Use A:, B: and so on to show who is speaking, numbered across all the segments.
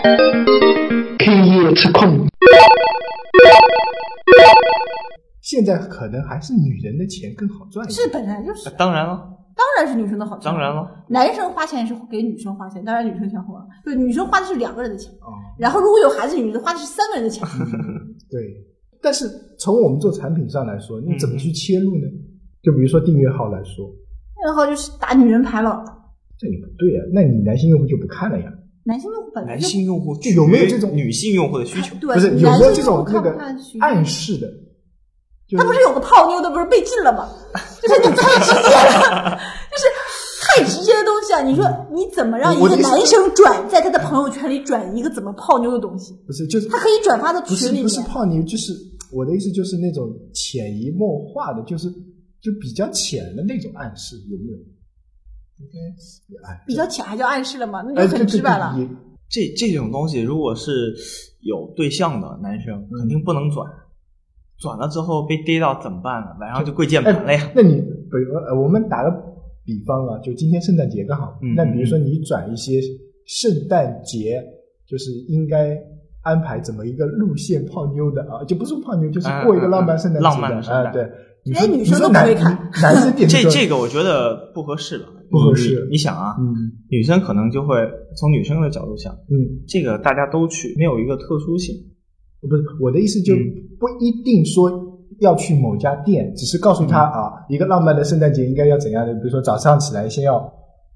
A: K 夜之控，
B: 现在可能还是女人的钱更好赚一点。
C: 是本来就是，
D: 当然了，
C: 当然是女生的好处。
D: 当然了，
C: 男生花钱是给女生花钱，当然女生钱花，对，女生花的是两个人的钱，
B: 啊、
C: 然后如果有孩子，女生花的是三个人的钱。
D: 嗯
B: 对，但是从我们做产品上来说，你怎么去切入呢？
C: 嗯
B: 就比如说订阅号来说，
C: 然后就是打女人牌了，
B: 这也不对啊，那你男性用户就不看了呀？
C: 男性用本来
D: 男
C: 就
D: 性用户
B: 就有没有这种
D: 女性用户的需求？
C: 对，
B: 不是有
C: 男
B: 没有这
C: 性
B: 种
C: 看
B: 那
C: 不
B: 个
C: 看需
B: 暗示的？就
C: 他不是有个泡妞的，不是被禁了吗？就是你太直接了，就是太直接的东西啊！你说你怎么让一
B: 我
C: 个
B: 的意思
C: 男生转在他的朋友圈里转一个怎么泡妞的东西？
B: 不是就是
C: 他可以转发到
B: 不
C: 群
B: 是
C: 里
B: 不是
C: 面，
B: 泡妞，就是我的意思就是那种潜移默化的，就是就比较浅的那种暗示，有没有？应该也哎，
C: 比较浅还叫暗示了吗？那
B: 哎
C: 就
B: 对
C: 很
B: 对
C: 直
B: 对
C: 白了。
B: 也
D: 这这种东西，如果是有对象的男生，肯定不能转，转了之后被逮到怎么办呢？晚上就跪 键盘了呀
B: 哎。。那你比如呃，我们打个比方啊，就今天圣诞节刚好，
D: 嗯
B: 那比如说你转一些圣诞节，就是应该安排怎么一个路线泡妞的啊，就不是泡妞，就是过一个浪漫圣诞节的，
D: 嗯嗯嗯浪漫的圣
B: 啊
D: 诞
B: 对。你
C: 连
B: 说
C: 女生都
B: 你说
C: 不
B: 男
C: 会看
B: 男生点
D: 哎这
B: 说
D: 这个我觉得不合适了，
B: 不合适
D: 你你你想啊，
B: 嗯
D: 女生可能就会从女生的角度想，
B: 嗯，
D: 这个大家都去，没有一个特殊性。
B: 不是我的意思，就
D: 嗯
B: 不一定说。要去某家店，只是告诉
D: 嗯
B: 他啊，一个浪漫的圣诞节应该要怎样的？比如说早上起来先要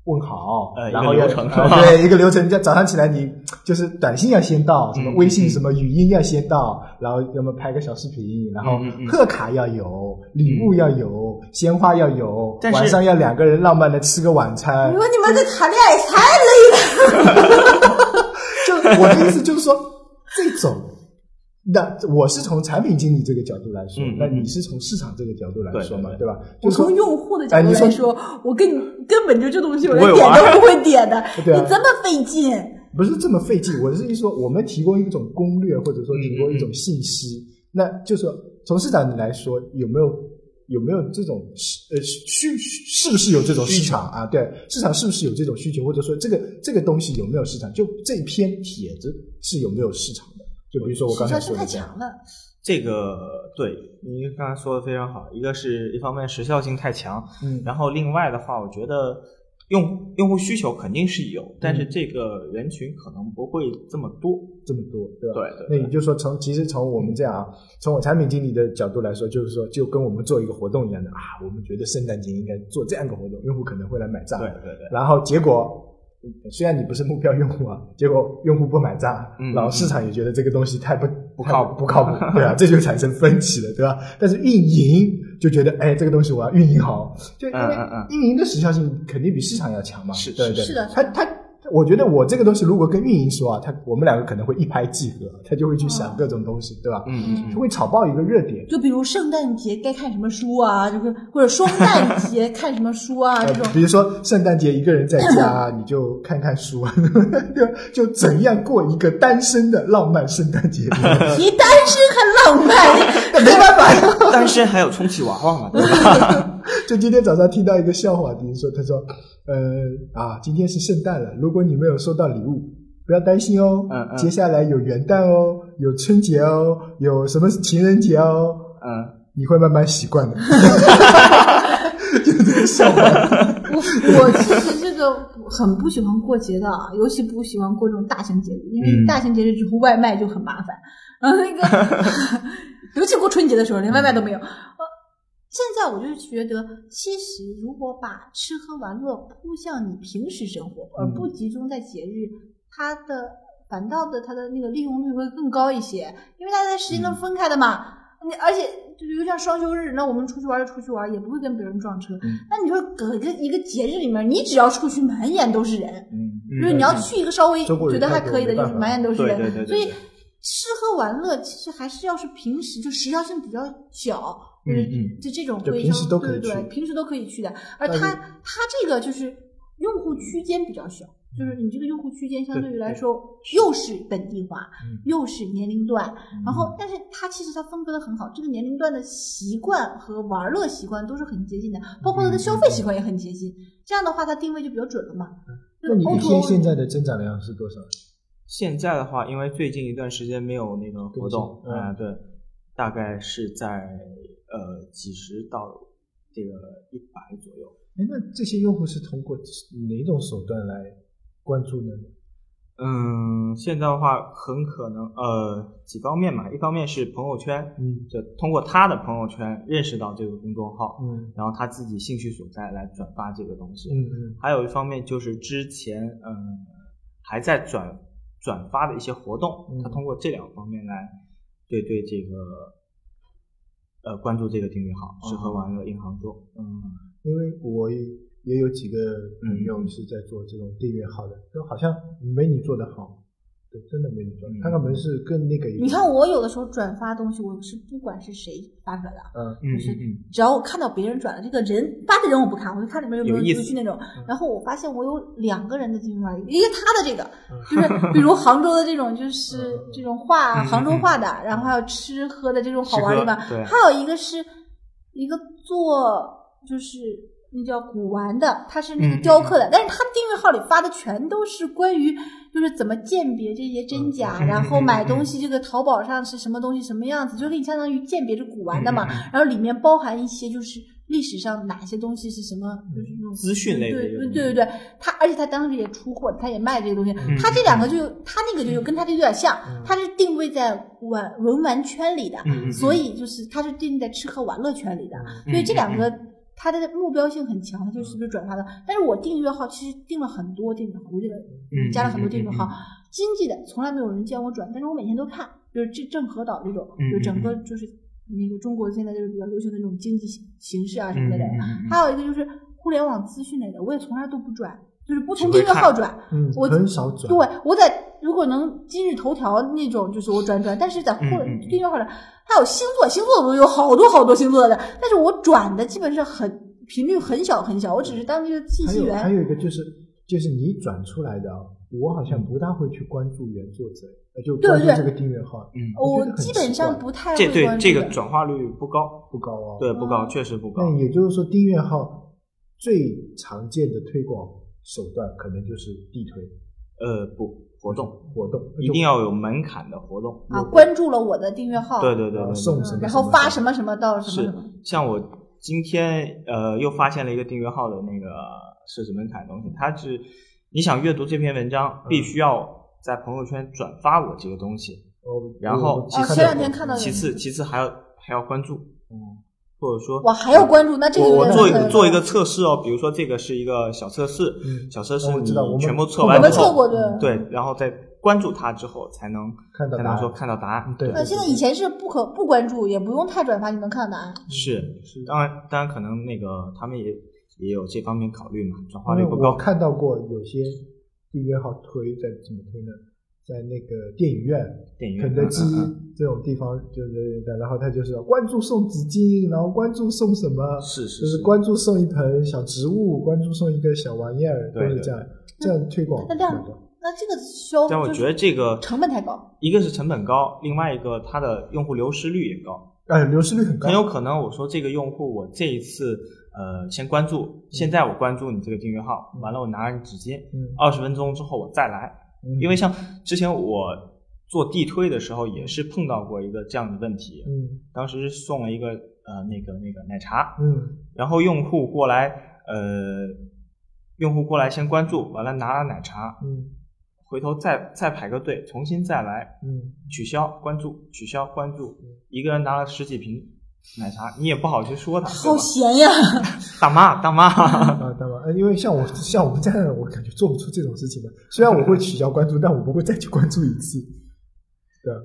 B: 问好，
D: 呃一个
B: 然后要
D: 流程
B: 啊对一个流程，叫早上起来你就是短信要先到，什么
D: 嗯
B: 微信
D: 嗯
B: 什么语音要先到，然后要么拍个小视频，然后
D: 嗯嗯嗯
B: 贺卡要有，礼物要有，鲜花要有，
D: 但是嗯
B: 晚上要两个人浪漫的吃个晚餐
C: 你。说你们这谈恋爱太累了，
B: 就我的意思就是说，这种，那我是从产品经理这个角度来说
D: 嗯嗯，
B: 那你是从市场这个角度来说嘛，
D: 对
B: 对吧？就
C: 我
B: 是说
C: 从用户的角
B: 哎
C: 度
B: 你说
C: 来说，我跟你根本就这东西我
D: 不
C: 连
D: 会
C: 点
D: 玩
C: 都不会点的，
B: 对啊
C: 你这么费劲，
B: 不是这么费劲，我的意思说，我们提供一种攻略，或者说提供一种信息，那就是说从市场来说，有没有有没有这种市呃需是不是有这种市场啊？对，市场是不是有这种需求，或者说这个这个东西有没有市场？就这篇帖子是有没有市场的？就比如说我刚才
C: 实在是
B: 说
C: 太
B: 的这样，
C: 强了。
D: 这个对您刚才说的非常好，一个是一方面时效性太强，
B: 嗯，
D: 然后另外的话，我觉得用用户需求肯定是有，但是这个人群可能不会这么多。
B: 这么多，对吧？
D: 对
B: 那
D: 对
B: 也就是说从，其实从我们这样啊，从我产品经理的角度来说，就是说，就跟我们做一个活动一样的啊，我们觉得圣诞节应该做这样一个活动，用户可能会来买账，
D: 对对对，
B: 然后结果虽然你不是目标用户啊，结果用户不买账，
D: 嗯
B: 然后市场也觉得这个东西太不
D: 不
B: 太
D: 靠谱
B: 不靠谱，对 啊，这就产生分歧了，对吧？但是运营就觉得，哎，这个东西我要运营好，就因为
D: 嗯嗯嗯
B: 运营的时效性肯定比市场要强嘛，
D: 是
B: 对不对，
C: 是的
B: 他他。我觉得我这个东西如果跟运营说啊，他我们两个可能会一拍即合，他就会去
C: 嗯
B: 想各种东西，对吧？
D: 嗯嗯
B: 就会炒爆一个热点，
C: 就比如圣诞节该看什么书啊，就是或者双旦节看什么书啊这
B: 呃
C: 种，
B: 比如说圣诞节一个人在家，你就看看书，啊 就就怎样过一个单身的浪漫圣诞节。
C: 提单身还浪漫，
B: 没办法呀，
D: 嗯，单身还有充气娃娃嘛，对吧？
B: 就今天早上听到一个笑话，比如说他说，呃啊，今天是圣诞了，如果你没有收到礼物，不要担心哦，
D: 嗯嗯
B: 接下来有元旦哦，有春节哦，有什么情人节哦，
D: 嗯，
B: 你会慢慢习惯的。就这个笑话，
C: 我其实这个很不喜欢过节的，啊，尤其不喜欢过这种大型节日，因为
D: 嗯
C: 大型节日之后外卖就很麻烦。然后那个， 尤其过春节的时候，连外卖都没有。呃现在我就觉得，其实如果把吃喝玩乐扑向你平时生活，而不集中在节日，它的反倒的它的那个利用率会更高一些，因为大家的时间都分开的嘛。你而且就比如像双休日，那我们出去玩就出去玩，也不会跟别人撞车。那你说搁一个一个节日里面，你只要出去满眼都是人，
B: 嗯，
C: 就是你要去一个稍微
B: 中国
C: 觉
B: 人
C: 得还
B: 太多
C: 可以的，
B: 没
C: 就
B: 办
C: 是
B: 法
C: 满眼都是
D: 对
C: 人。
D: 对对对
C: 所以
D: 对
C: 吃喝玩乐其实还是要是平时就时效性比较小，就
D: 嗯
C: 是
D: 嗯
C: 就这种
B: 就
C: 会
B: 平
C: 稍
B: 时都可以
C: 对对对，
B: 去
C: 平时都可以去的。而
B: 但是
C: 它它这个就是用户区间比较小，就是你这个用户区间相对于来说又是本地化
B: 嗯，
C: 又是年龄段，
D: 嗯
C: 然后，但是它其实它分割的很好，这个年龄段的习惯和玩乐
D: 嗯
C: 习惯都是很接近的，包括它的消费习惯也很接近。这样的话，它定位就比较准了嘛。
B: 那你
C: O
B: 一
C: to
B: 天
C: O
B: 现在的增长量是多少？
D: 现在的话，因为最近一段时间没有那个活动，
B: 更新嗯
D: 啊、对，大概是在呃几十到这个一百左右。
B: 哎，那这些用户是通过哪种手段来关注呢？
D: 嗯，现在的话很可能呃几方面嘛，一方面是朋友圈，
B: 嗯
D: 就通过他的朋友圈认识到这个公众号，
B: 嗯
D: 然后他自己兴趣所在来转发这个东西。
B: 嗯嗯
D: 还有一方面就是之前嗯还在转转发的一些活动，
B: 嗯
D: 他通过这两方面来对对这个呃关注这个订阅号
B: 哦
D: 吃喝玩乐银行做，
B: 嗯，因为我也也有几个
D: 嗯
B: 朋友是在做这种订阅号的，就好像没你做的好，对，真的没你做的
D: 嗯。
B: 看看门市更那个一点。
C: 你看，我有的时候转发东西，我是不管是谁发出来的，
B: 嗯
D: 嗯嗯
C: 只要我看到别人转了，这个人发的人我不看，我就看里面有没
D: 有
C: 有
D: 意
C: 资
D: 思
C: 讯那种
B: 嗯。
C: 然后我发现我有两个人的进来，一个他的这个
B: 嗯，
C: 就是比如杭州的这种，就是
B: 嗯嗯
C: 这种画，
D: 嗯嗯
C: 杭州画的，然后还有吃喝的这种好玩的地方。
D: 吃喝对
C: 还有一个是一个做就是那叫古玩的，他是那
D: 嗯
C: 个
D: 嗯
C: 雕刻的，但是他的订阅号里发的全都是关于就是怎么鉴别这些真假，
D: 嗯嗯
C: 然后
D: 嗯
C: 买
D: 嗯
C: 东西这个淘宝上是什么东西什么样子，就可以相当于鉴别这古玩的嘛。
D: 嗯嗯嗯
C: 然后里面包含一些就是历史上哪些东西是什么，就是那种
D: 嗯资讯类的一
C: 对对
D: 个东西
C: 对对，他而且他当时也出货，他也卖这个东西，
B: 嗯
C: 他这两个就有他那个就有跟他这有点像
B: 嗯，
C: 他是定位在玩文玩圈里的，
D: 嗯嗯，
C: 所
D: 以
C: 以就是他是定位在吃喝玩乐圈里的，
B: 嗯
C: 所以这两个。它的目标性很强，它就是不是转发的？但是我订阅号其实订了很多订阅号，我这个
D: 嗯
C: 加了很多订阅号，经济的从来没有人见我转，但是我每天都看，就是这郑和岛这种，
D: 嗯
C: 就整个就是那个中国现在就是比较流行的那种经济形形式啊什么的。
D: 嗯
C: 还有一个就是互联网资讯类的，我也从来都不转，就是不从
D: 只会
C: 订阅号转。
B: 嗯，
C: 我
B: 很少转。
C: 对，我在如果能今日头条那种，就是我转转，但是在互
D: 嗯嗯嗯
C: 订阅号上还有星座，星座我有好多好多星座的，但是我转的基本上很频率很小很小，我只是当一个信
B: 还
C: 息
B: 有还
C: 源。
B: 有一个就是就是你转出来的啊，我好
D: 嗯
B: 像不大会去关注原作者，呃就
C: 对
B: 关注
C: 对
B: 这个订阅号，
D: 嗯，
B: 我
C: 我
B: 觉得很
C: 基本
B: 奇怪
C: 上不太
D: 这
C: 会
D: 对
C: 关注
D: 这个
C: 的
D: 转化率不高，
B: 不高哦。
D: 对不高，
C: 嗯
D: 确实不高。
B: 那也就是说，订阅号最常见的推广手段可能就是地推
D: 呃，不活动
B: 活动，
D: 一定要有门槛的活动。
C: 啊，关注了我的订阅号，
D: 对对对
B: 呃
D: 对，对
B: 嗯送什
C: 嗯
B: 么，
C: 然后发什
B: 么
C: 么什么到什么
D: 是
C: 什么，
D: 像我今天呃又发现了一个订阅号的那个设置门槛的东西，它是你想阅读这篇文
B: 嗯
D: 章，必须要在朋友圈转发我这个东西，
B: 哦
D: 然后
B: 我
C: 哦前两天看到有
D: 其次其次还要还要关注，
B: 嗯
D: 或者说
C: 我还要关注，那这个
D: 我我
C: 就
D: 做一
C: 很
D: 个做一个测试哦，比如说这个是一个小测试，
B: 嗯
D: 小测试
B: 哦我知道我
D: 你
B: 们
D: 全部测
B: 我
C: 我
D: 完
C: 们
D: 之
C: 测
D: 后，
C: 过的，
D: 对，然后再关注它之后才能
B: 看到
D: 才
B: 答
D: 能说
B: 案，
D: 看到答案
B: 嗯，对
C: 呃那现在以前是不可不关注，也不用太转发，你能看到答案。
D: 是。
B: 是
D: 当然，当然，可能那个他们也也有这方面考虑嘛，转化
B: 因
D: 率
B: 为
D: 不高
B: 哦我。看到过有些订阅号推在怎么推呢？在那个电影院、
D: 电影院
B: 肯德基
D: 嗯嗯嗯
B: 这种地方，就是然后他就是关注送纸巾，然后关注送什么，
D: 是是
B: 就是关注送一盆小植物，关注送一个小玩意儿，都
D: 对
B: 是
D: 对
B: 这样这样推广活
C: 那量
B: 动。
C: 那这个消，
D: 但我觉得这个
C: 成本太高。
D: 一个是成本高，另外一个它的用户流失率也高，
B: 哎，流失率很高，
D: 很有可能我说这个用户我这一次呃先关注，现在我关注你这个订阅号，
B: 嗯
D: 完了我拿着你纸巾，
B: 嗯，
D: 二十分钟之后我再来，
B: 嗯
D: 因为像之前我做地推的时候也是碰到过一个这样的问题，
B: 嗯
D: 当时是送了一个呃那个那个奶茶，
B: 嗯
D: 然后用户过来，呃，用户过来先关注，完了拿了奶茶，
B: 嗯
D: 回头再再排个队，重新再来，
B: 嗯，
D: 取消关注，取消关注，一个人拿了十几瓶奶茶，你也不好去说他，对
C: 好
D: 吧
C: 闲呀！
D: 大妈大妈，
B: 啊，当然，呃因为像我像我们这样的人，我感觉做不出这种事情的。虽然我会取消关注，但我不会再去关注一次。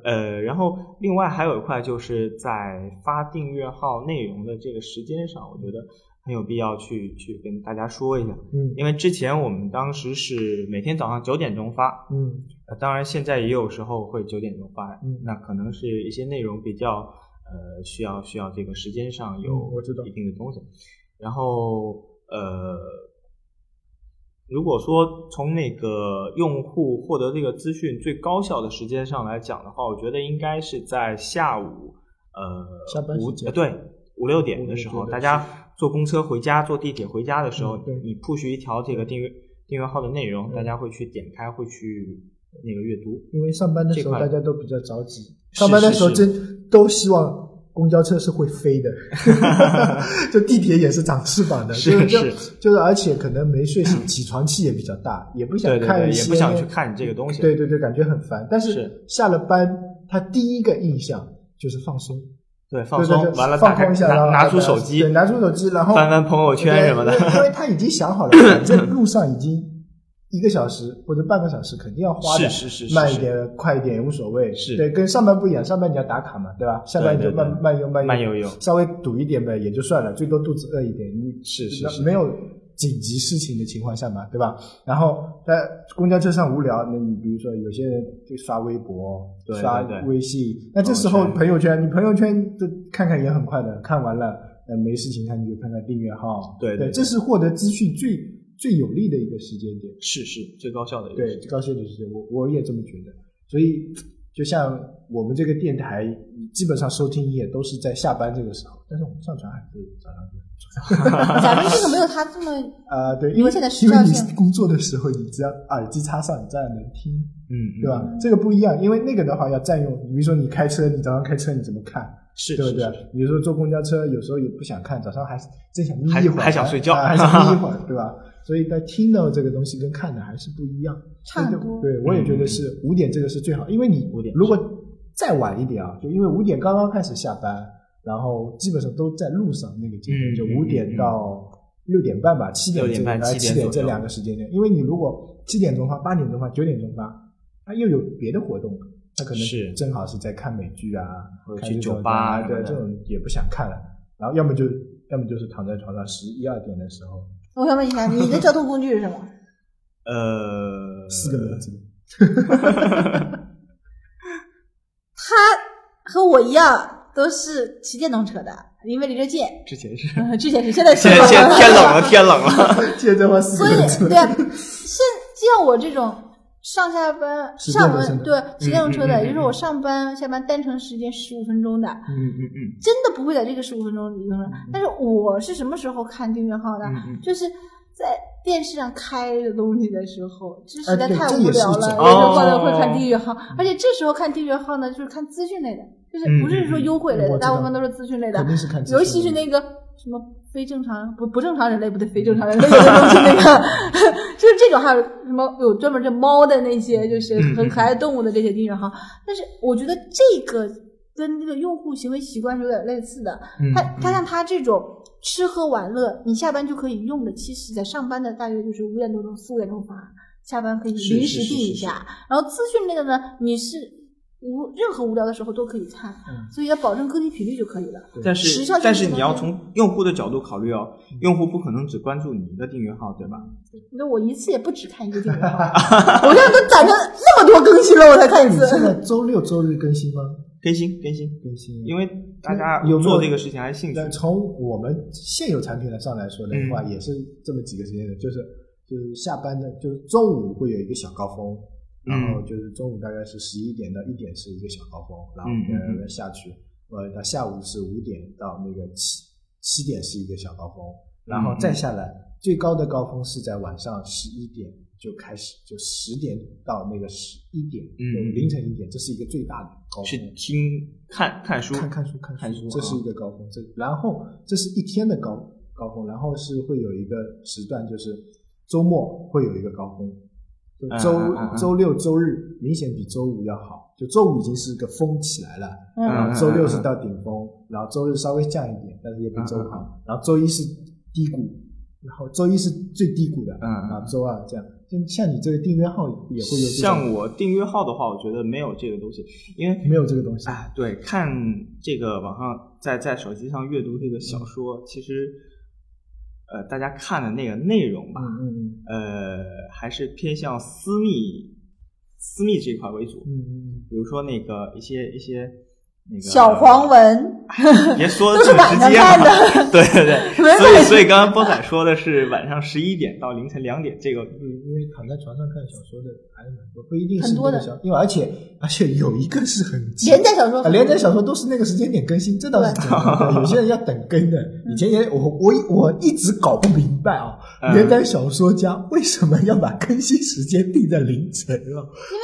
D: 呃，然后另外还有一块就是在发订阅号内容的这个时间上，我觉得很有必要去去跟大家说一下，
B: 嗯
D: 因为之前我们当时是每天早上九点钟发，
B: 嗯
D: 呃，当然现在也有时候会九点钟发，
B: 嗯
D: 那可能是一些内容比较呃需要需要这个时间上有
B: 嗯我知道
D: 一定的东西，然后呃，如果说从那个用户获得这个资讯最高效的时间上来讲的话，我觉得应该是在下午呃
B: 下班
D: 五
B: 时间
D: 呃对五六点的时
B: 我
D: 候，
B: 觉得
D: 大家坐公车回家、坐地铁回家的时候，
B: 嗯对
D: 你 push 一条这个订阅订阅号的内容，
B: 嗯
D: 大家会去点开，会去那个阅读。
B: 因为上班的时候
D: 这块
B: 大家都比较着急，
D: 是
B: 上班的时候
D: 是
B: 真都希望公交车是会飞 的，就地铁也是长翅膀的，
D: 是
B: 就是就就是，而且可能没睡醒，起床气也比较大，也不想
D: 对对对，
B: 看一
D: 也
B: 些，
D: 不想去看你这个东西。
B: 对对对，感觉很烦。但是
D: 是
B: 下了班，他第一个印象就是放松，
D: 对，放
B: 对对
D: 松
B: 对
D: 完了，打
B: 放
D: 开
B: 空一下，
D: 拿
B: 然后
D: 拿出手机
B: 对，，拿出手机，然后
D: 翻翻朋友圈
B: 对
D: 什么的
B: 因。 为因为他已经想好了，反正路上已经一个小时或者半个小时肯定要花的，
D: 是是是是
B: 慢一点、快一点也无所谓。
D: 是
B: 对，跟上班不一样，上班你要打卡嘛，对吧？下班你就
D: 对对
B: 慢
D: 对
B: 慢悠慢
D: 慢悠悠
B: 稍微堵一点呗也就算了，最多肚子饿一点，你
D: 是是
B: 那
D: 是
B: 没有紧急事情的情况下嘛，对吧？然后在公交车上无聊，那你比如说有些人就刷微博、
D: 对对
B: 刷
D: 对
B: 微信，那这时候朋友圈，你朋友圈的看看也很快的，看完了，呃，没事情看你就看看订阅号，
D: 对
B: 对
D: 对
B: 这是获得资讯最最有利的一个时间点，
D: 是是最高效的一个
B: 对，高效率时间，我我也这么觉得，所以就像我们这个电台，基本上收听也都是在下班这个时候，但是我们上传还是早上。
C: 咱们这个没有他这么
B: 啊，对，
C: 因
B: 因
C: 为
B: 为
C: 现在时
B: 因为
C: 效性
B: 你工作的时候，你只要耳机插上，你照样能听，
D: 嗯，
B: 对吧？
C: 嗯
B: 这个不一样，因为那个的话要占用，比如说你开车，你早上开车你怎么看，
D: 是
B: 对
D: 是
B: 不
D: 是
B: 对？比如说坐公交车，有时候也不想看，早上还真想眯
D: 还
B: 一会儿，
D: 还想睡觉
B: 啊还想眯一 会儿，对吧？所以在听到这个东西跟看的还是不一样，
C: 差很多
B: 对，我也
D: 嗯
B: 觉得是五点这个是最好，因为你
D: 5点
B: 如果再晚一点啊，就因为五点刚刚开始下班，然后基本上都在路上那个阶段，
D: 嗯
B: 就
D: 嗯
B: 五点到六点半吧，七点
D: 6点半
B: 这
D: 7点
B: 点这
D: 左右
B: 两个时间点，因为你如果七点钟发、八点钟发、九点钟发，他又有别的活动，他可能
D: 是
B: 正好是在看美剧啊，
D: 或者
B: 看
D: 去
B: 这种
D: 酒吧
B: 的啊对，
D: 什么的
B: 这种也不想看了，然后要么就要么就是躺在床上十一二点的时候，
C: 我想问一下，你的交通工具是什么？
D: 呃，
B: 四个名字，
C: 他和我一样都是骑电动车的，因为离着近。
D: 之前 是
C: 呃之前是，现在是
D: 现在现在天冷了，天冷了，
B: 接着话四
C: 所
B: 个
C: 以
B: 名字，
C: 对啊，现像我这种上下 班
B: 骑
C: 上
B: 电动车
C: 班
B: 的
C: 对骑电动车的，
D: 嗯嗯嗯
C: 也就是我上班下班单程时间十五分钟的，
D: 嗯嗯嗯
C: 真的不会在这个十五分钟里头呢。但是我是什么时候看订阅号呢？
D: 嗯嗯，
C: 就是在电视上开的东西的时候，这实在
B: 啊对
C: 太
B: 这
C: 无
B: 也是
C: 聊
B: 一
C: 了，
B: 种
C: 我就过来
D: 哦
C: 会看订阅号，而且这时候看订阅号呢，就是看资讯类的，就是
D: 嗯
C: 不是说优惠类
B: 嗯嗯
C: 的，
B: 我知道
C: 大部分都是资讯类的
B: 肯，定是看资讯的，
C: 尤其是那个什么非正常不不正常人类不对非正常人类的东西，那个 就是这种，还有什么有专门这猫的那些，就是
B: 嗯
C: 很可爱的动物的这些订阅号，但是我觉得这个跟这个用户行为习惯是有点类似的，
D: 嗯
C: 他他像他这种吃喝玩乐，你下班就可以用的，其实在上班的大约就是五点多钟、四五点钟发，下班可以
D: 是
C: 临
D: 是
C: 时
D: 是
C: 定
D: 是
C: 一
D: 是
C: 下。然后资讯类的呢，你是无任何无聊的时候都可以看，
B: 嗯
C: 所以要保证更新频率就可以了。
D: 但
C: 时
D: 是
C: 效性
D: 但
C: 这
D: 是
C: 个东
D: 你要
C: 西
D: 从用户的角度考虑哦，用户不可能只关注你一个订阅号，对吧？
C: 那我一次也不只看一个订阅 号，我现在都攒着那么多更新了，我才看一
B: 你现
C: 次。
B: 在周六周日更新吗？
D: 更新更新，
B: 更新，
D: 因为大家
B: 嗯有没有
D: 做这个事情还兴趣
B: 那，从我们现有产品的上来说的
D: 嗯
B: 话，也是这么几个时间点，就是就是下班的，就是中午会有一个小高峰，
D: 嗯
B: 然后就是中午大概是十一点到一点是一个小高峰，然后
D: 嗯嗯
B: 慢慢慢下去，呃，到下午是五点到那个七七点是一个小高峰，然后
D: 嗯
B: 再下来、最高的高峰是在晚上十一点。就开始，就十点到那个十一点，
D: 嗯
B: 就凌晨一点，这是一个最大的高峰。
D: 去听看看书，
B: 看看书看
D: 看
B: 书，
D: 书嗯
B: 这是一个高峰。这然后这是一天的高高峰，然后是会有一个时段，就是周末会有一个高峰，就
D: 嗯
B: 周、
D: 嗯嗯嗯
B: 周六周日明显比周五要好，就周五已经是个峰起来了，然
C: 嗯，
B: 后周六是到顶峰，然后周日稍微降一点，但是也比周
D: 嗯
B: 五好，然后周一是低谷，然后周一是最低谷的，
D: 嗯嗯嗯
B: 然后周二这样。就像你这个订阅号啊也会有这种
D: 像我订阅号的话，我觉得没有这个东西，因为
B: 没有这个东西，
D: 哎，对，看这个网上在在手机上阅读这个小说，其实呃，大家看的那个内容吧
B: 嗯，嗯嗯
D: 呃，还是偏向私密私密这一块为主。
B: 嗯嗯嗯
D: 比如说那个一些一些那个
C: 小黄
D: 嗯
C: 文，
D: 别说的
C: 都是
D: 这么
C: 晚
D: 直
C: 上
D: 接
C: 看
D: 嘛
C: 的，
D: 对对 对，
C: 文
D: 所
C: 本
D: 以所以刚刚波仔说的是晚上十一点到凌晨两点，这个
B: 因为躺在床上看小说的还是蛮多，不一定是
C: 很多
B: 那
C: 的
B: 个小，因为而且而且有一个是很近
C: 连载小说
B: 啊，连载小说都是那个时间点更新，这倒是真的。 有些人要等更的，以前也我我我一直搞不明白啊，
D: 嗯
B: 连载小说家为什么要把更新时间定在凌晨啊？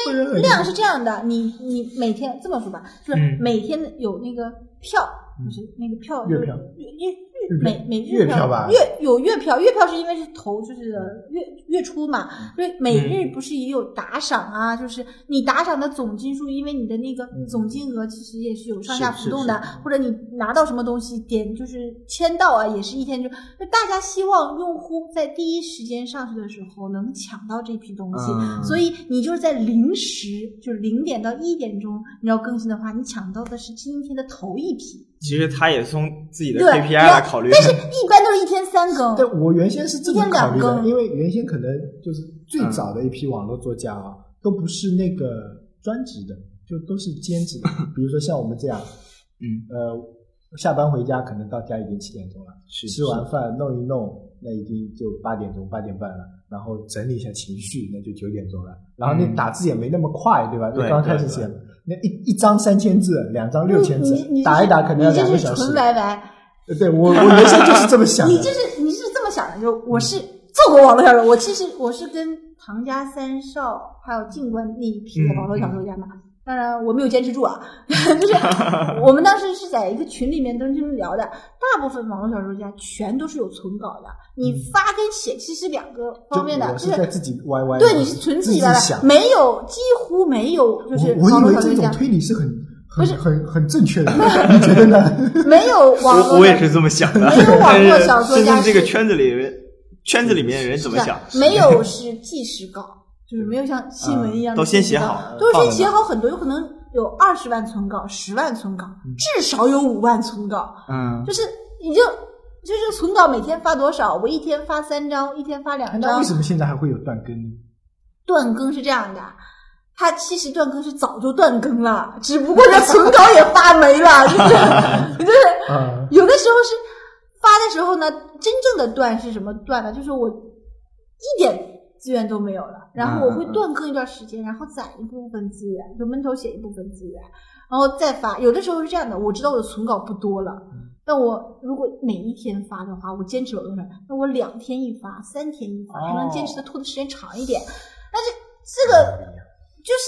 B: 因为
C: 量是这样的，你你每天这么说吧，就
D: 嗯
C: 是每天有那个票，就是那个票
B: 嗯月票
C: 月月
B: 日
C: 月
B: 票
C: 每每
B: 月
C: 日
B: 票吧
C: 月有月票，月票是因为是投就是月月初嘛，所以每
B: 嗯
C: 日不是也有打赏啊，就是你打赏的总金数，因为你的那个
B: 嗯
C: 总金额其实也是有上下
D: 是
C: 浮动的，或者你拿到什么东西点就是签到啊，也是一天就，就大家希望用户在第一时间上去的时候能抢到这批东西，
D: 嗯
C: 所以你就是在零时，就是零点到一点钟，你要更新的话，你抢到的是今天的头一批。
D: 其实他也是从自己的
C: 对
D: KPI
C: 要
D: 来考虑的
C: 但。是一般都是一天三更。嗯
B: 但我原先是这么考虑
C: 一天两
B: 的，
C: 更
B: 因为原先可能就是最早的一批网络作家啊，都不是那个专职的，就都是兼职的。比如说像我们这样，
D: 嗯，
B: 呃，下班回家可能到家已经七点钟了，
D: 是
B: 吃完饭弄一弄，那已经就八点钟、八点半了。然后整理一下情绪，那就九点钟了。然后
D: 嗯
B: 那打字也没那么快，对吧？
D: 对
B: 就刚开始写，那一一张三千字，两张六千字
C: 你你，
B: 打一打可能要
C: 你这
B: 两个
C: 是
B: 小时
C: 纯。歪歪，
B: 呃对我，我原先就是这么想的。
C: 你这是你是这么想的，就我是做过网络小说，我其实我是跟唐家三少还有静观那一批的网络小说家嘛。当然，我没有坚持住啊， 就是我们当时是在一个群里面跟他们聊的，大部分网络小说家全都是有存稿的，你发跟写其实是两个方
B: 嗯
C: 面
B: 就
C: 的，
B: 我
C: 就是
B: 在自己歪歪的。
C: 对，你是纯
B: 自
C: 自己来
B: 想
C: 的，。没有，几乎没有， 就是
B: 我
C: 网
B: 我以为
C: 络小
B: 这
C: 说
B: 种
C: 家
B: 推理是很很
C: 不是
B: 很很正确的， 你觉得呢？
C: 没有网络
D: 我
C: 的，
D: 我也是这么想的，
C: 没有网络
D: 但是
C: 小说
D: 真
C: 家
D: 正这
C: 是
D: 个圈子里人，圈子里面的人怎么
C: 是
D: 想
C: 啊？没有是即时稿，就是没有像新闻一样
D: 嗯
C: 的、
D: 都先写好
C: 都是
D: 放在
C: 先
D: 那
C: 写好很多，有可能有二十万存稿、十万存稿，至少有五万存稿，
D: 嗯，
C: 就是你就就这个存稿每天发多少？我一天发三张，一天发 两
B: 哎那
C: 张
B: 为，什么现在还会有断更呢？
C: 断更是这样的，他其实断更是早就断更了，只不过这存稿也发没了，就是 就是
B: 啊，
C: 有的时候是发的时候呢，真正的断是什么断呢？就是我一点资源都没有了，然后我会断更一段时间，然后攒一部分资源，就闷头写一部分资源，然后再发。有的时候是这样的，我知道我的存稿不多了。但我如果每一天发的话，我坚持有多少？那我两天一发，三天一发，还能坚持的拖的时间长一点。但是这个就是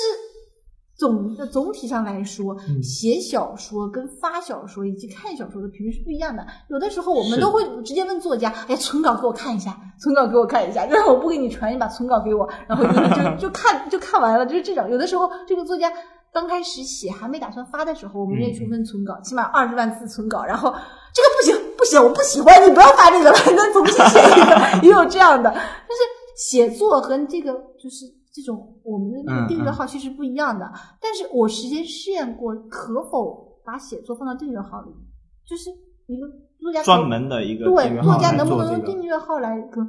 C: 总的总体上来说，
B: 嗯
C: 写小说跟发小说以及看小说的频率是不一样的。有的时候我
D: 是
C: 们都会直接问作家：“哎，存稿给我看一下，存稿给我看一下。”就是我不给你传，你把存稿给我，然后就就就看就看完了，就是这种。有的时候这个作家。刚开始写还没打算发的时候，我们也去问存稿，起码二十万字存稿，然后这个不行不行，我不喜欢你，不要发这个了， 那重新写一个，也有这样的。但是写作和这个就是这种我们的那
D: 嗯
C: 个订阅
D: 嗯
C: 号其实不一样的。但是我实际试验过，可否把写作放到订阅号里，就是一个作家可
D: 专门的一个订
C: 对
D: 阅号
C: 作家
D: 来
C: 能不
D: 做
C: 能用
D: 这个
C: 订阅号来更？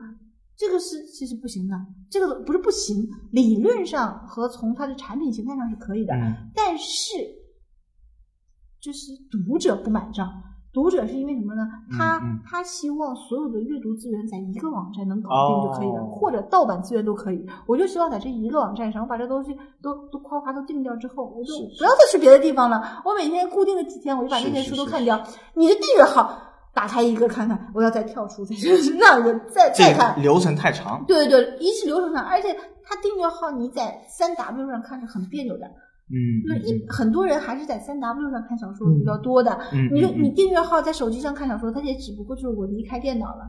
C: 这个是其实不行的，这个不是不行，理论上和从它的产品形态上是可以的，
D: 嗯
C: 但是就是读者不买账。读者是因为什么呢？他、
D: 嗯
C: 他希望所有的阅读资源在一个网站能搞定就可以了，
D: 哦
C: 或者盗版资源都可以。我就希望在这一个网站上，我把这东西都都夸夸都定掉之后，我就是
D: 是
C: 不要再去别的地方了。我每天固定的几天，我就把
D: 是
C: 那些
D: 是
C: 书都
D: 是
C: 看掉。你的订阅号打开一个看看，我要再跳出，再让我再再看
D: 这。流程太长，
C: 对对对，一是流程上，而且它订阅号你在三 W 上看是很别扭的。
D: 嗯
C: 那一很多人还是在三 W 上看小说
B: 嗯
C: 比较多的。
D: 嗯，
C: 你就
D: 嗯
C: 你订阅号在手机上看小说，它也只不过就是我离开电脑了，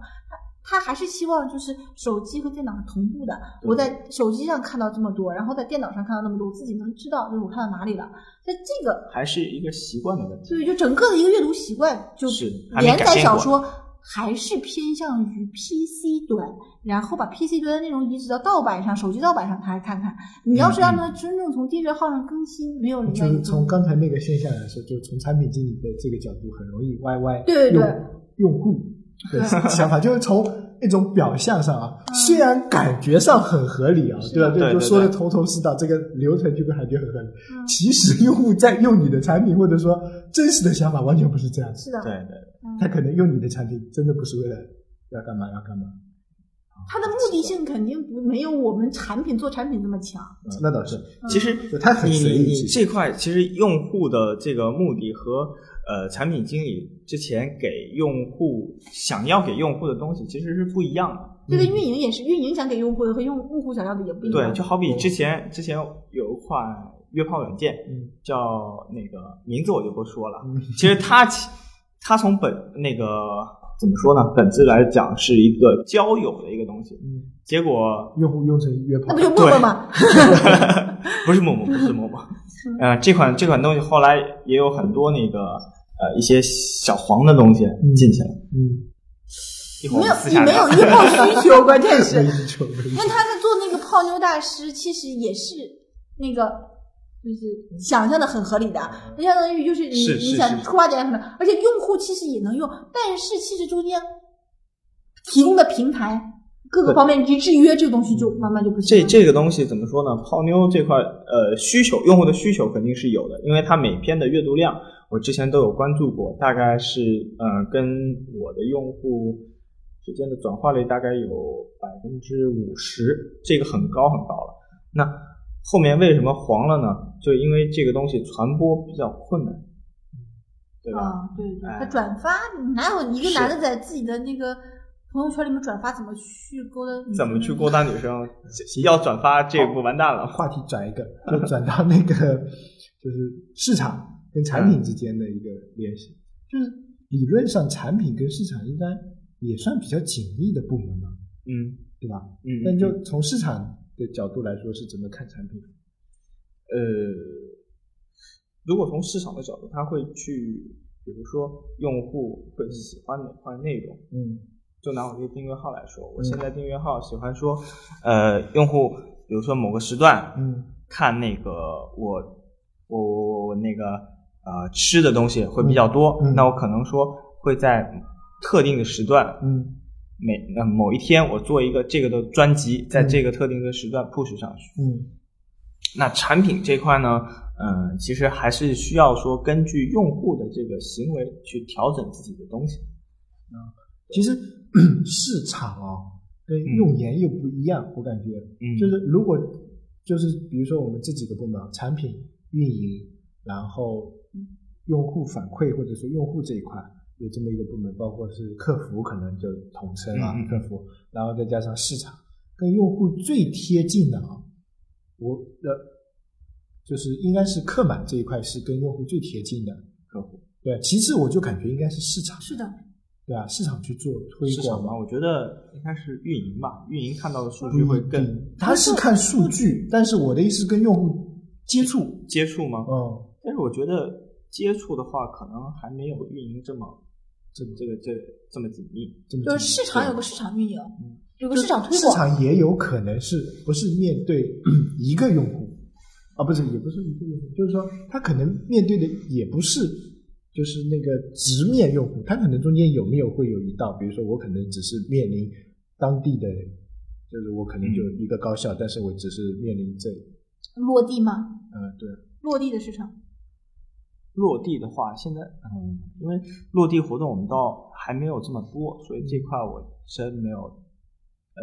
C: 他他还是希望就是手机和电脑是同步的。
D: 对
C: 我在手机上看到这么多，然后在电脑上看到那么多，我自己能知道就是我看到哪里了。那这个，
D: 还是一个习惯的问题。
C: 所以就整个的一个阅读习惯，就是
D: 还没
C: 连
D: 改
C: 载
D: 变
C: 小
D: 过
C: 说还是偏向于 PC 端，然后把 PC 端的内容移植到盗版上、手机盗版上，他来看看。你
D: 嗯
C: 要是让他真正从订阅号上更新，没有人
B: 就
C: 愿意
B: 是
C: 更新。
B: 从刚才那个现象来说，就从产品经理的这个角度，很容易歪歪
C: 对
B: 用
C: 对嗯对
B: 用户的想法，就是从一种表象上啊，
C: 嗯
B: 虽然感觉上很合理啊，对吧？
D: 对
B: 就
D: 对
B: 说的
D: 对
B: 头头是道，这个流程就跟感觉很合理。
C: 嗯
B: 其实用户在用你的产品，或者说真实的想法完全不是这样子，
C: 是的，
D: 对对，
C: 嗯
B: 他可能用你的产品真的不是为了要干嘛要干嘛，
C: 它的目的性肯定不没有我们产品做产品这么强。
B: 嗯那倒是，
D: 其实
B: 就他很
D: 你
B: 随
D: 你
B: 意
D: 你
B: 其实。
D: 这块其实用户的这个目的和呃产品经理之前给用户想要给用户的东西其实是不一样的。
C: 这个
B: 嗯
C: 运营也是，运营想给用户的和用用户想要的也不一
D: 对，
C: 样。
D: 就好比之前之前有一款约炮软件
B: 嗯
D: 叫那个名字我就不说了，
B: 嗯
D: 其实它其它从本那个怎么说呢，本质来讲是一个交友的一个东西，
B: 嗯，
D: 结果
B: 用户用成约炮
C: 那不，就陌陌吗？
D: 不是 陌陌，不是陌陌。呃，这款这款东西后来也有很多那个呃一些小黄的东西进去了。
B: 嗯，
D: 一会儿
C: 没
D: 我
C: 有，
D: 私
C: 你
D: 下
C: 没
D: 聊嗯
C: 有约炮 需求，关键是
B: 没需求，没需
C: 因为
B: 求
C: 他们做那个泡妞大师，其实也是那个。就是想象的很合理的，相当于就是你
D: 嗯是
C: 你
D: 是
C: 想
D: 是
C: 出发点很合理，而且用户其实也能用，但是其实中间提供的平台各个
D: 对
C: 方面去制约这个东西就慢慢就不行
D: 这
C: 了。
D: 这个东西怎么说呢？泡妞这块，呃，需求用户的需求肯定是有的，因为它每篇的阅读量，我之前都有关注过，大概是呃跟我的用户之间的转化率大概有百分之五十，这个很高很高了。那后面为什么黄了呢？就因为这个东西传播比较困难，对吧？
C: 啊，对对，
D: 哎
C: 他转发哪有一个
D: 是
C: 男的在自己的那个朋友圈里面转发，怎么去勾搭？
D: 怎么去？勾搭女生？要转发这不完蛋了。
B: 话题转一个， 就转到那个 就是市场跟产品之间的一个联系。就是理论上，产品跟市场应该也算比较紧密的部门吧，
D: 嗯
B: 对吧？
D: 嗯，嗯
B: 但就从市场的角度来说，是怎么看产品？
D: 呃，如果从市场的角度，他会去，比如说用户会喜欢哪块内容，
B: 嗯
D: 就拿我这个订阅号来说，我
B: 嗯
D: 现在订阅号喜欢说，呃，用户比如说某个时段
B: 嗯
D: 看那个我我我我我那个呃吃的东西会比较多，
B: 嗯嗯
D: 那我可能说会在特定的时段
B: 嗯
D: 每那某一天我做一个这个的专辑，在这个特定的时段 push 上去。
B: 嗯
D: 那产品这块呢，嗯、其实还是需要说根据用户的这个行为去调整自己的东西。
B: 其实 市场哦跟
D: 嗯
B: 用研又不一样，我感觉
D: 嗯
B: 就是如果就是比如说我们这几个部门啊，产品、运营，然后用户反馈或者说用户这一块有这么一个部门，包括是客服，可能就统称啊，
D: 嗯嗯嗯
B: 客服，然后再加上市场，跟用户最贴近的啊，我呃就是应该是客满这一块是跟用户最贴近的客户，对，啊其次我就感觉应该是市场，
C: 是的，
B: 对吧？市场去做推
D: 市
B: 广
D: 场吧，我觉得应该是运营吧，运营看到的数据会更
B: 嗯他是看数据，但是我的意思跟用户接触，
D: 接触吗？
B: 嗯，
D: 但是我觉得接触的话，可能还没有运营这么这这个这这么紧密。
B: 这么
C: 就是
B: 讲
C: 市场有个市场运营，
D: 嗯
C: 有个
B: 就
C: 市场推
B: 市
C: 广，
B: 场也有可能是不是面对 一个用户啊？不是，也不是一个用户，就是说他可能面对的也不是就是那个直面用户，他可能中间有没有会有一道，比如说我可能只是面临当地的，就是我可能就
C: 嗯
B: 一个高校，但是我只是面临这，
C: 落地吗？
B: 呃，对，
C: 落地的市场，
D: 落地的话，现在嗯，因为落地活动我们倒还没有这么多，所以这块我真没有，呃，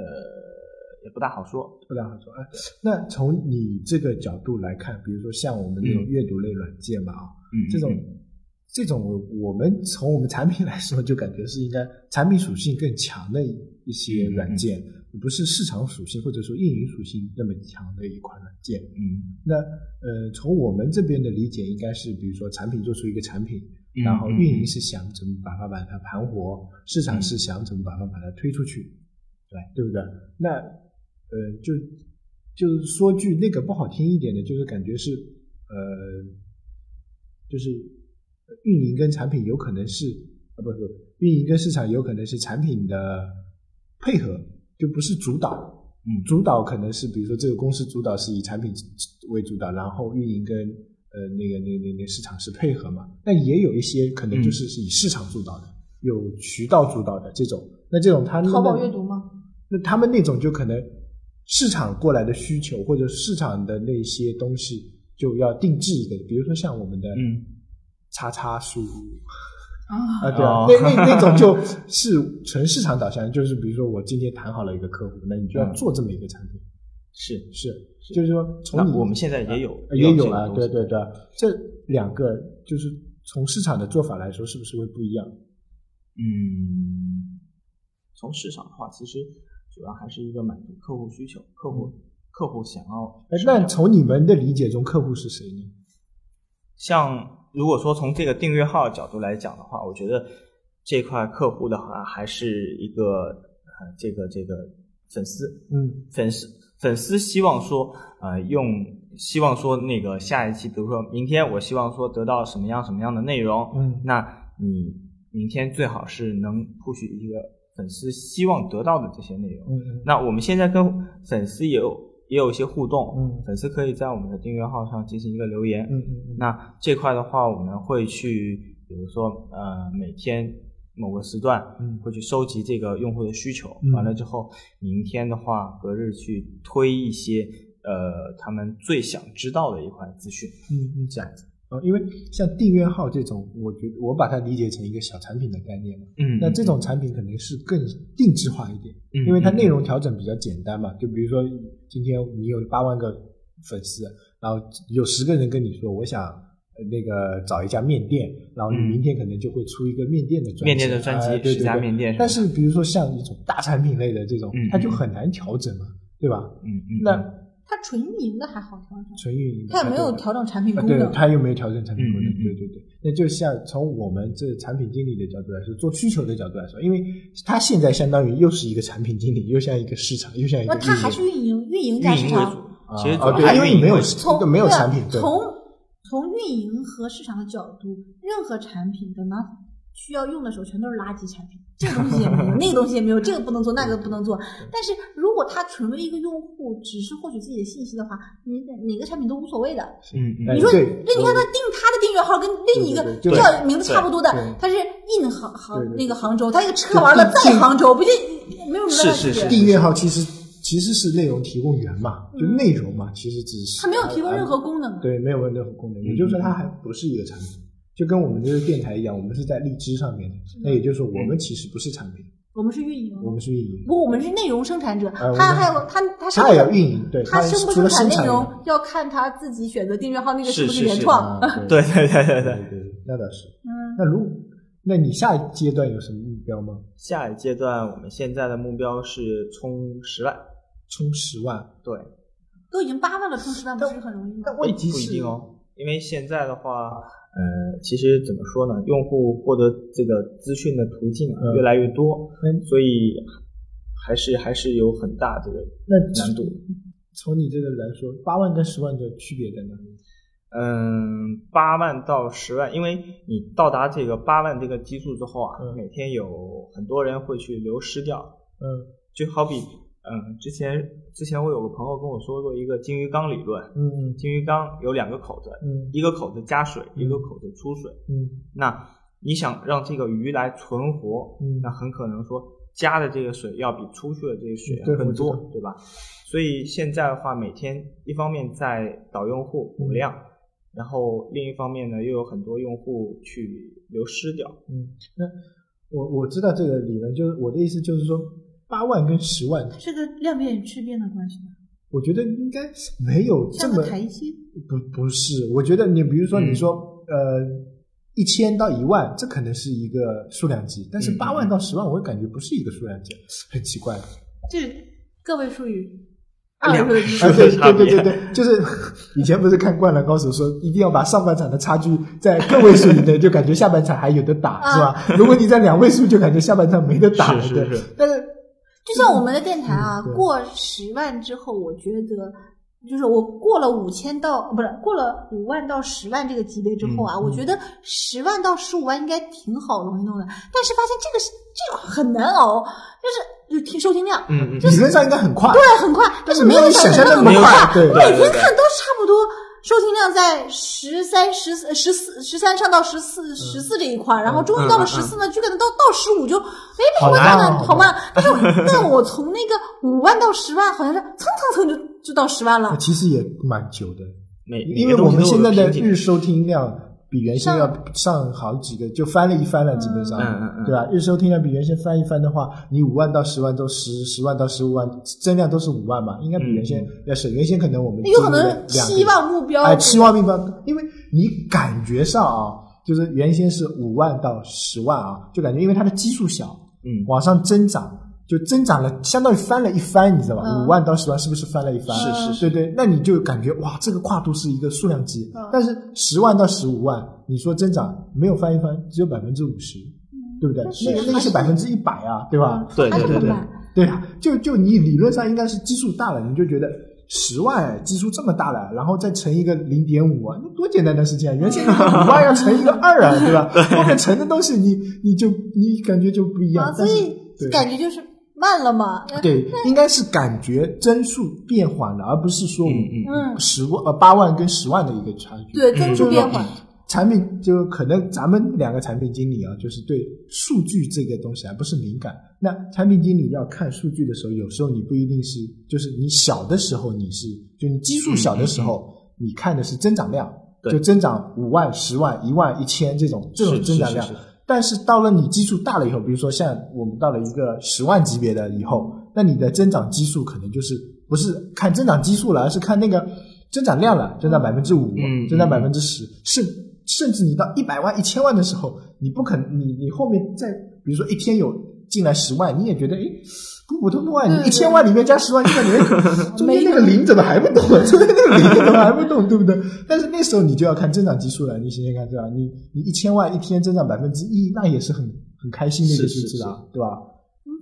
D: 也不大好说。
B: 不太好说。哎，那从你这个角度来看，比如说像我们这种
D: 嗯
B: 阅读类软件嘛啊，
D: 嗯，
B: 这种
D: 嗯
B: 这种我我们从我们产品来说，就感觉是应该产品属性更强的一一些软件，
D: 嗯
B: 不是市场属性或者说运营属性那么强的一款软件。
D: 嗯。
B: 那呃，从我们这边的理解，应该是比如说产品做出一个产品，
D: 嗯
B: 然后
D: 嗯
B: 运营
D: 嗯
B: 是想怎么把它把它盘活，市场是想怎么把它把它推出去，对对不对？那呃，就就是说句那个不好听一点的，就是感觉是呃，就是呃运营跟产品有可能是啊，不不，运营跟市场有可能是产品的配合，就不是主导。
D: 嗯
B: 主导可能是比如说这个公司主导是以产品为主导，然后运营跟
D: 嗯
B: 呃那个那那那市场是配合嘛，但也有一些可能就是是以市场主导的，有渠道主导的这种，那这种他们
C: 淘宝
B: 那
C: 阅读吗？
B: 那他们那种就可能市场过来的需求或者市场的那些东西就要定制一个，比如说像我们的
D: 嗯，
B: 叉叉书
C: 啊，
B: 啊，对啊
D: 哦，
B: 那那那种就是纯市场导向，就是比如说我今天谈好了一个客户，那你就要
D: 嗯
B: 做这么一个产品，
D: 是。
B: 是，就是说从
D: 那
B: 你
D: 我们现在也有
B: 也有
D: 啊
B: 啊，，对对对，这两个就是从市场的做法来说，是不是会不一样？
D: 嗯，从市场的话，其实主要还是一个满足客户需求，客户、客户想要
B: 嗯哎
D: 什，么样。
B: 那从你们的理解中，客户是谁呢？
D: 像如果说从这个订阅号角度来讲的话，我觉得这块客户的话还是一个呃这个这个粉丝
B: 嗯
D: 粉丝粉丝希望说呃用希望说那个下一期，比如说明天我希望说得到什么样什么样的内容，
B: 嗯
D: 那你明天最好是能 push 一个粉丝希望得到的这些内容。
B: 嗯嗯
D: 那我们现在跟粉丝也有也有一些互动，
B: 嗯
D: 粉丝可以在我们的订阅号上进行一个留言。
B: 嗯嗯，
D: 那这块的话，我们会去，比如说呃每天某个时段
B: 嗯
D: 会去收集这个用户的需求，
B: 嗯
D: 完了之后，明天的话隔日去推一些呃他们最想知道的一块资讯。
B: 嗯嗯，这样子。哦，因为像订阅号这种，我觉得我把它理解成一个小产品的概念嘛。
D: 嗯
B: 那这种产品可能是更定制化一点，
D: 嗯
B: 因为它
D: 嗯
B: 内容调整比较简单嘛。就比如说，今天你有八万个粉丝，然后有十个人跟你说，我想呃那个找一家面店，然后你
D: 嗯
B: 明天可能就会出一个面店的专辑，
D: 面店的专
B: 啊
D: 辑，
B: 对
D: 十
B: 对
D: 家
B: 对。
D: 面店，
B: 但是比如说像一种大产品类的这种
D: 嗯，
B: 它就很难调整嘛，对吧？
D: 嗯嗯，
B: 那
C: 它纯运营的还好调整，
B: 纯运营
C: 它也没有
B: 对
C: 调整产品
B: 啊，
C: 功
B: 对
C: 能，，
B: 他又没有调整产品功能，
D: 嗯嗯嗯
B: 对对对。那就像从我们这产品经理的角度来说，做需求的角度来说，因为他现在相当于又是一个产品经理，又像一个市场，又像一个
C: 那它
B: 运营
C: 还是运营运营加
D: 运
C: 市
D: 营为
C: 场
D: 主。，其实主
B: 啊，
D: 要
B: 对，
D: 还
B: 因
D: 是
B: 为
D: 运
B: 你没有
D: 为主
B: 这个没有
C: 对啊
B: 产品，对
C: 从从运营和市场的角度，任何产品等到需要用的时候，全都是垃圾产品，这个东西也没 有，那个东西也没有，这个不能做，那个不能做。但是如果他纯为一个用户，只是获取自己的信息的话，你哪个产品都无所谓的。
D: 嗯嗯
B: 哎
C: 你说，
B: 对
C: 那你看他订他的订阅号跟另一个
B: 对对对
C: 叫名字差不多的
B: 对对，
C: 他是印杭杭
B: 对对对
C: 那个杭州，他一个吃喝玩乐在杭州，不就没有什么
D: 是
C: 区别
D: 是是？
B: 订阅号其实其实是内容提供源嘛，就
C: 嗯
B: 内容嘛，其实只是
C: 他没有提供任何嗯
B: 啊
C: 功能。
B: 对，没有任何功能，也就是说它还不是一个产品。就跟我们这个电台一样，我们是在荔枝上面的，那也就是说我
C: 嗯
B: 们其实不是产品，
C: 我们是运营。
B: 我们是运营。
C: 不过我们是内容生产者，
B: 哎我
C: 他
B: 们
C: 还有他他生
B: 它也要运营，对，
C: 他
B: 它
C: 生不
B: 除
C: 生
B: 了
C: 产
B: 生
C: 内
B: 产
C: 容要看他自己选择订阅号那个
D: 是
C: 不
D: 是
C: 原
D: 是
C: 创。
B: 啊
D: 对对对 对
B: 对
D: 对。
B: 对，那倒是。
C: 嗯，
B: 那如那你下一阶段有什么目标吗？
D: 下一阶段我们现在的目标是冲十万，
B: 冲十万？
D: 对，
C: 都已经八万了，充十万不是很容易吗？
B: 但问题
D: 不一
B: 是，
D: 定哦，因为现在的话，
B: 啊
D: 呃，其实怎么说呢，用户获得这个资讯的途径啊
B: 嗯
D: 越来越多，
B: 嗯
D: 所以还是还是有很大这个
B: 那
D: 难度。
B: 从你这个来说，八万跟十万的区别在哪里？
D: 嗯，八万到十万，因为你到达这个八万这个基数之后啊，
B: 嗯
D: 每天有很多人会去流失掉，
B: 嗯
D: 就好比，嗯，之前之前我有个朋友跟我说过一个金鱼缸理论，
B: 嗯
D: 金鱼缸有两个口子，
B: 嗯
D: 一个口子加水，
B: 嗯
D: 一个口子出水。
B: 嗯
D: 那你想让这个鱼来存活，
B: 嗯
D: 那很可能说加的这个水要比出去的这个水
B: 嗯对
D: 要更
B: 我
D: 多
B: 知，
D: 对吧？所以现在的话，每天一方面在导用户
B: 嗯
D: 补量，然后另一方面呢，又有很多用户去流失掉。
B: 嗯。那我我知道这个理论，就是我的意思就是说，八万跟十万，
C: 这个量变与质变的关系吗？
B: 我觉得应该没有这
C: 像
B: 么
C: 个台阶，
B: 不不是，我觉得你比如说
D: 嗯
B: 你说、呃一千到一万，这可能是一个数量级，但是
D: 嗯
B: 八万到十万，我感觉不是一个数量级，很奇怪。啊，
C: 这是个位数与二
D: 两
C: 位数
D: 个
C: 之间。
D: 数
B: 对
D: 差
B: 啊对
D: 别
B: 对对对，就是以前不是看《灌篮高手》说一定要把上半场的差距在个位数以内，就感觉下半场还有的打，
C: 啊
B: 是吧？如果你在两位数，就感觉下半场没得打了。
D: 是
B: 对
D: 是是，
B: 但是
C: 嗯就像我们的电台啊，
B: 嗯对
C: 过十万之后，我觉得就是我过了五千到不是过了五万到十万这个级别之后啊，
B: 嗯嗯
C: 我觉得十万到十五万应该挺好容易弄的，但是发现这个是这块很难熬，就是就听收听量。
D: 嗯嗯，
B: 理论上应该很快，
C: 对，很快，但是没有
B: 想
C: 想
B: 象
C: 象
B: 那
C: 那
B: 么
C: 么
D: 快
B: 对
C: 我每天看都差不多收听量在十三、十四、十四、十三上到十
B: 嗯
C: 四、十四这一块儿，然后终于到了
D: 嗯嗯
C: 十四呢，就可能到到十五就，哎，
B: 好
C: 我
B: 难
C: 慢慢
B: 啊
C: 好慢，但是我但我从那个五万到十万，好像是蹭蹭蹭就就到十万了
B: 那。其实也蛮久的，
D: 每
B: 因为我们现在的日收听量比原先
C: 上
B: 要上好几个，就翻了一番了，基本上，
D: 嗯嗯嗯
B: 对吧？日收听量比原先翻一番的话，你五万到十万都十十万到十五万，增量都是五万嘛，应该比原
D: 嗯
B: 先要省。原先可能我们
C: 那有可
B: 经历
C: 能
B: 了两个
C: 七万目标，
B: 哎，期望并不高，因为你感觉上啊，就是原先是五万到十万啊，就感觉因为它的基数小，
D: 嗯
B: 往上增长，就增长了，相当于翻了一番，你知道吧？
C: 嗯
B: 五、万到十万是不是翻了一番？
D: 是是
B: 是，对对，那你就感觉哇，这个跨度是一个数量级，
C: 嗯
B: 但是十万到十五万，你说增长没有翻一番，只有百分之五十，对不对？
C: 嗯是嗯
B: 那个那个是百分之一百啊，对吧？
D: 对
C: 还
D: 对
C: 是
D: 对
C: 很
D: 对，
C: 慢。
B: 对啊，就就你理论上应该是基数大了，你就觉得十万基数这么大了，然后再乘一个零点五啊，那多简单的事情啊！原先五万要乘一个二啊，对吧？后面乘的东西你你就你感觉就不一样，
C: 啊，所
B: 但是
C: 以
B: 对
C: 感觉就是慢了嘛。
B: 对，应该是感觉增速变缓了，而不是说
D: 嗯嗯嗯，
C: 嗯，
B: 十万呃八万跟十万的一个差距。
C: 对，增速
B: 嗯
C: 变缓。
B: 产品就可能咱们两个产品经理啊，就是对数据这个东西还不是敏感。那产品经理要看数据的时候，有时候你不一定是，就是你小的时候你是，就你基数小的时候，你看的是增长量，
D: 嗯对
B: 就增长五万、十万、一万、一千这种这种
D: 是
B: 增长量。
D: 是是是
B: 但是到了你基数大了以后，比如说像我们到了一个十万级别的以后，那你的增长基数可能就是不是看增长基数了，而是看那个增长量了，增长百分之五
D: 嗯，
B: 增长百
D: 嗯
B: 分之十，甚甚至你到一百万、一千万的时候，你不可能，你你后面再比如说一天有进来十万，你也觉得诶普普通通啊，
C: 对
B: 你
C: 对
B: 一千万里面加十万，你感觉中间那个零怎么还不动？ 中间那个零怎么还不动，对不对？但是那时候你就要看增长基数了，你想想看，对吧？你你一千万一天增长百分之一，那也是很很开心的一个数
D: 是
B: 字
D: 是
B: 啊，对吧？
C: 嗯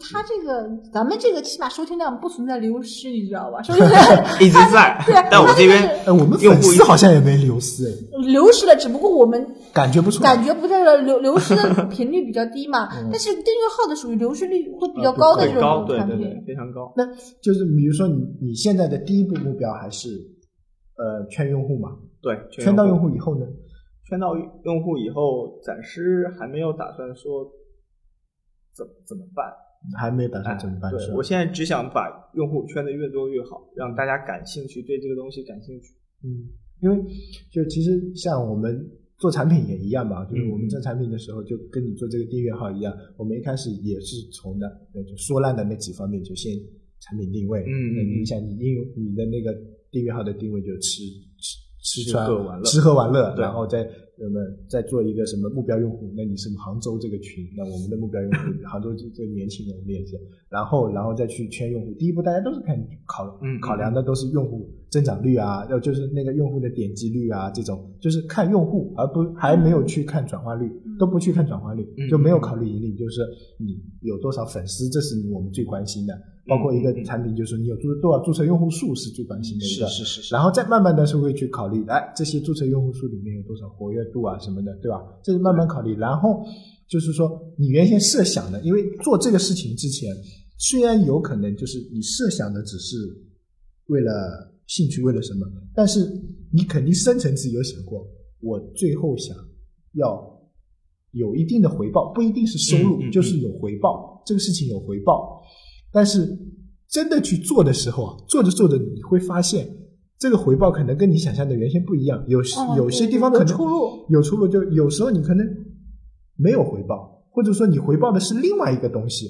C: 他这个，咱们这个起码收听量不存在流失，你知道吧？收 听量
D: 一直在
C: 对，，啊
D: 但我
C: 他
D: 这
C: 个
D: 边
B: 哎，
C: 是
B: 我们粉丝好像也没流失，哎，
C: 流失了，只不过我们
B: 感觉不出来。
C: 感觉不在这流流失的频率比较低嘛。但是订阅号的属于流失率会比较高的
D: 很
C: 这
D: 高，
C: 种
D: 嗯啊对
C: 产
D: 对
C: 品
D: 对，。非常高。
B: 那就是比如说你你现在的第一步目标还是呃圈用户嘛，
D: 对，
B: 圈到用户以后呢，
D: 圈到用户以后，暂时还没有打算说怎么怎么办。
B: 还没打
D: 哎
B: 算怎么办？
D: 对
B: 是吧
D: 我现在只想把用户圈的越多越好，让大家感兴趣，对这个东西感兴趣。
B: 嗯，因为就其实像我们做产品也一样嘛，就是我们
D: 嗯
B: 做产品的时候，就跟你做这个订阅号一样，我们一开始也是从那那就说烂的那几方面，就先产品定位，
D: 嗯嗯嗯
B: 定一下你应用你的那个订阅号的定位，就吃吃吃
D: 吃
B: 穿
D: 喝玩乐
B: 吃喝玩乐，
D: 对
B: 然后再那么再做一个什么目标用户，那你是杭州这个群，那我们的目标用户杭州这这个年轻人我们也是，然后然后再去圈用户，第一步大家都是看考
D: 嗯嗯
B: 考量的都是用户增长率啊，要就是那个用户的点击率啊，这种就是看用户，而不还没有去看转化率，都不去看转化率
D: 嗯，
B: 就没有考虑盈利，就是你有多少粉丝，这是我们最关心的。包括一个产品，就是你有注多少注册用户数是最关心的一个。
D: 嗯是是
B: 然后再慢慢的是会去考虑，哎，这些注册用户数里面有多少活跃度啊什么的，对吧？这是慢慢考虑。然后就是说，你原先设想的，因为做这个事情之前，虽然有可能就是你设想的只是为了兴趣，为了什么，但是你肯定深层次有想过，我最后想要有一定的回报，不一定是收入，
D: 嗯嗯嗯
B: 就是有回报，这个事情有回报。但是真的去做的时候啊，做着做着你会发现，这个回报可能跟你想象的原先不一样，有时、
C: 哦
B: 有些地方可能
C: 有出入
B: 有出入就有时候你可能没有回报，或者说你回报的是另外一个东西，